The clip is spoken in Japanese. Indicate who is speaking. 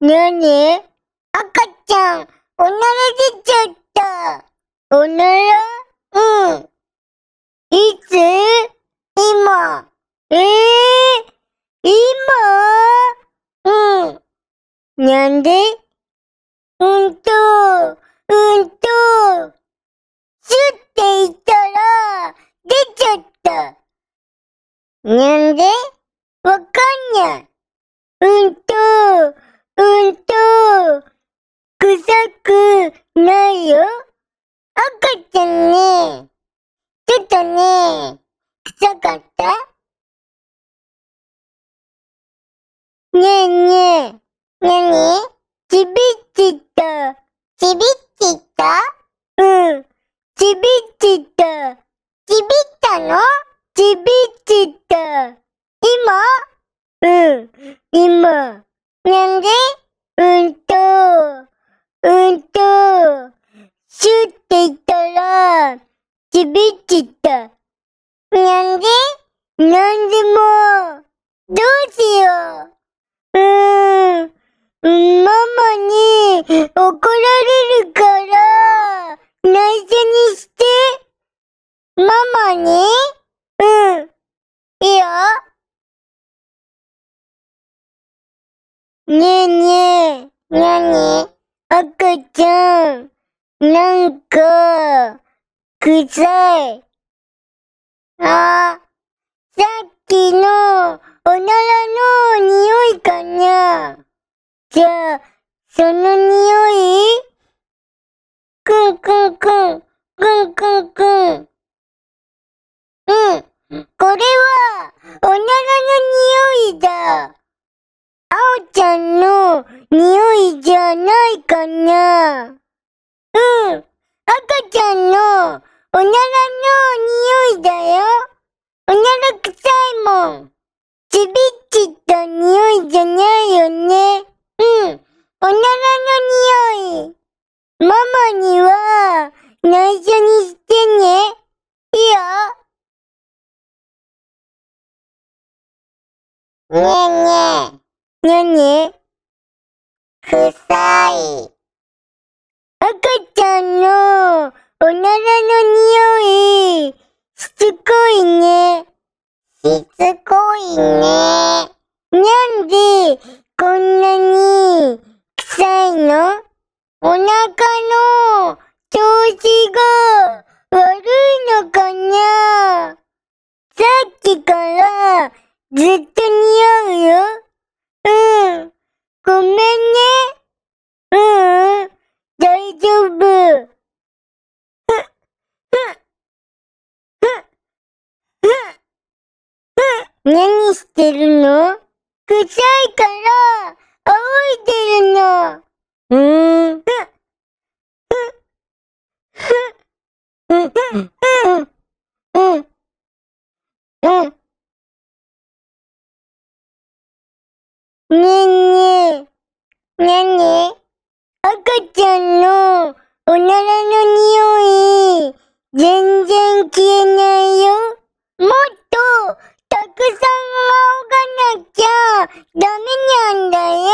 Speaker 1: なに赤ちゃん、おなら出ちゃった。おならうん。いつ今。ええ今うん。なんでうんと、うんと、シュって言ったら、出ちゃった。なんでわかんない。うんと、うんと、臭くないよ。赤ちゃんね、ちょっとね、臭かったねえねえ、なにちびっちった。ちびっちったうん。ちびっちった。ちびったのちびっちった。今うん。今。なんでうんと、うんと、シュって言ったら、ちびっちった。なんでなんでも、どうしよう。うーん。うんママに怒られるから、内緒にして。ママにうん。いいよ。ねえねえ、なに赤ちゃん、なんか、臭い。あ、さっきの、おならの匂いかなじゃあ、その匂いくんくんくん、くんくんくん。うん、これは、おならの匂いだ。あおちゃんの匂いじゃないかなうん、赤ちゃんのおならの匂いだよ。おなら臭いもん。ちびっちった匂いじゃないよね。うん。おならの匂い。ママには内緒にしてね。いいよ。ねえねえ。なに臭い。赤ちゃんのおならの匂い、しつこいね。しつこいね。なんで、こんなに、臭いのお腹の調子が悪いのかなさっきからずっと匂うよ。うん。ごめんね。うん、うん。大丈夫。ふっ、ふっ、ふっ、ふっ。何してるの臭いから、仰いでるの。うーん。うん、うん、うん、うん。ねえねえ、なに赤ちゃんのおならの匂い、全然消えないよ。もっと、たくさん仰がなきゃダメなんだよ。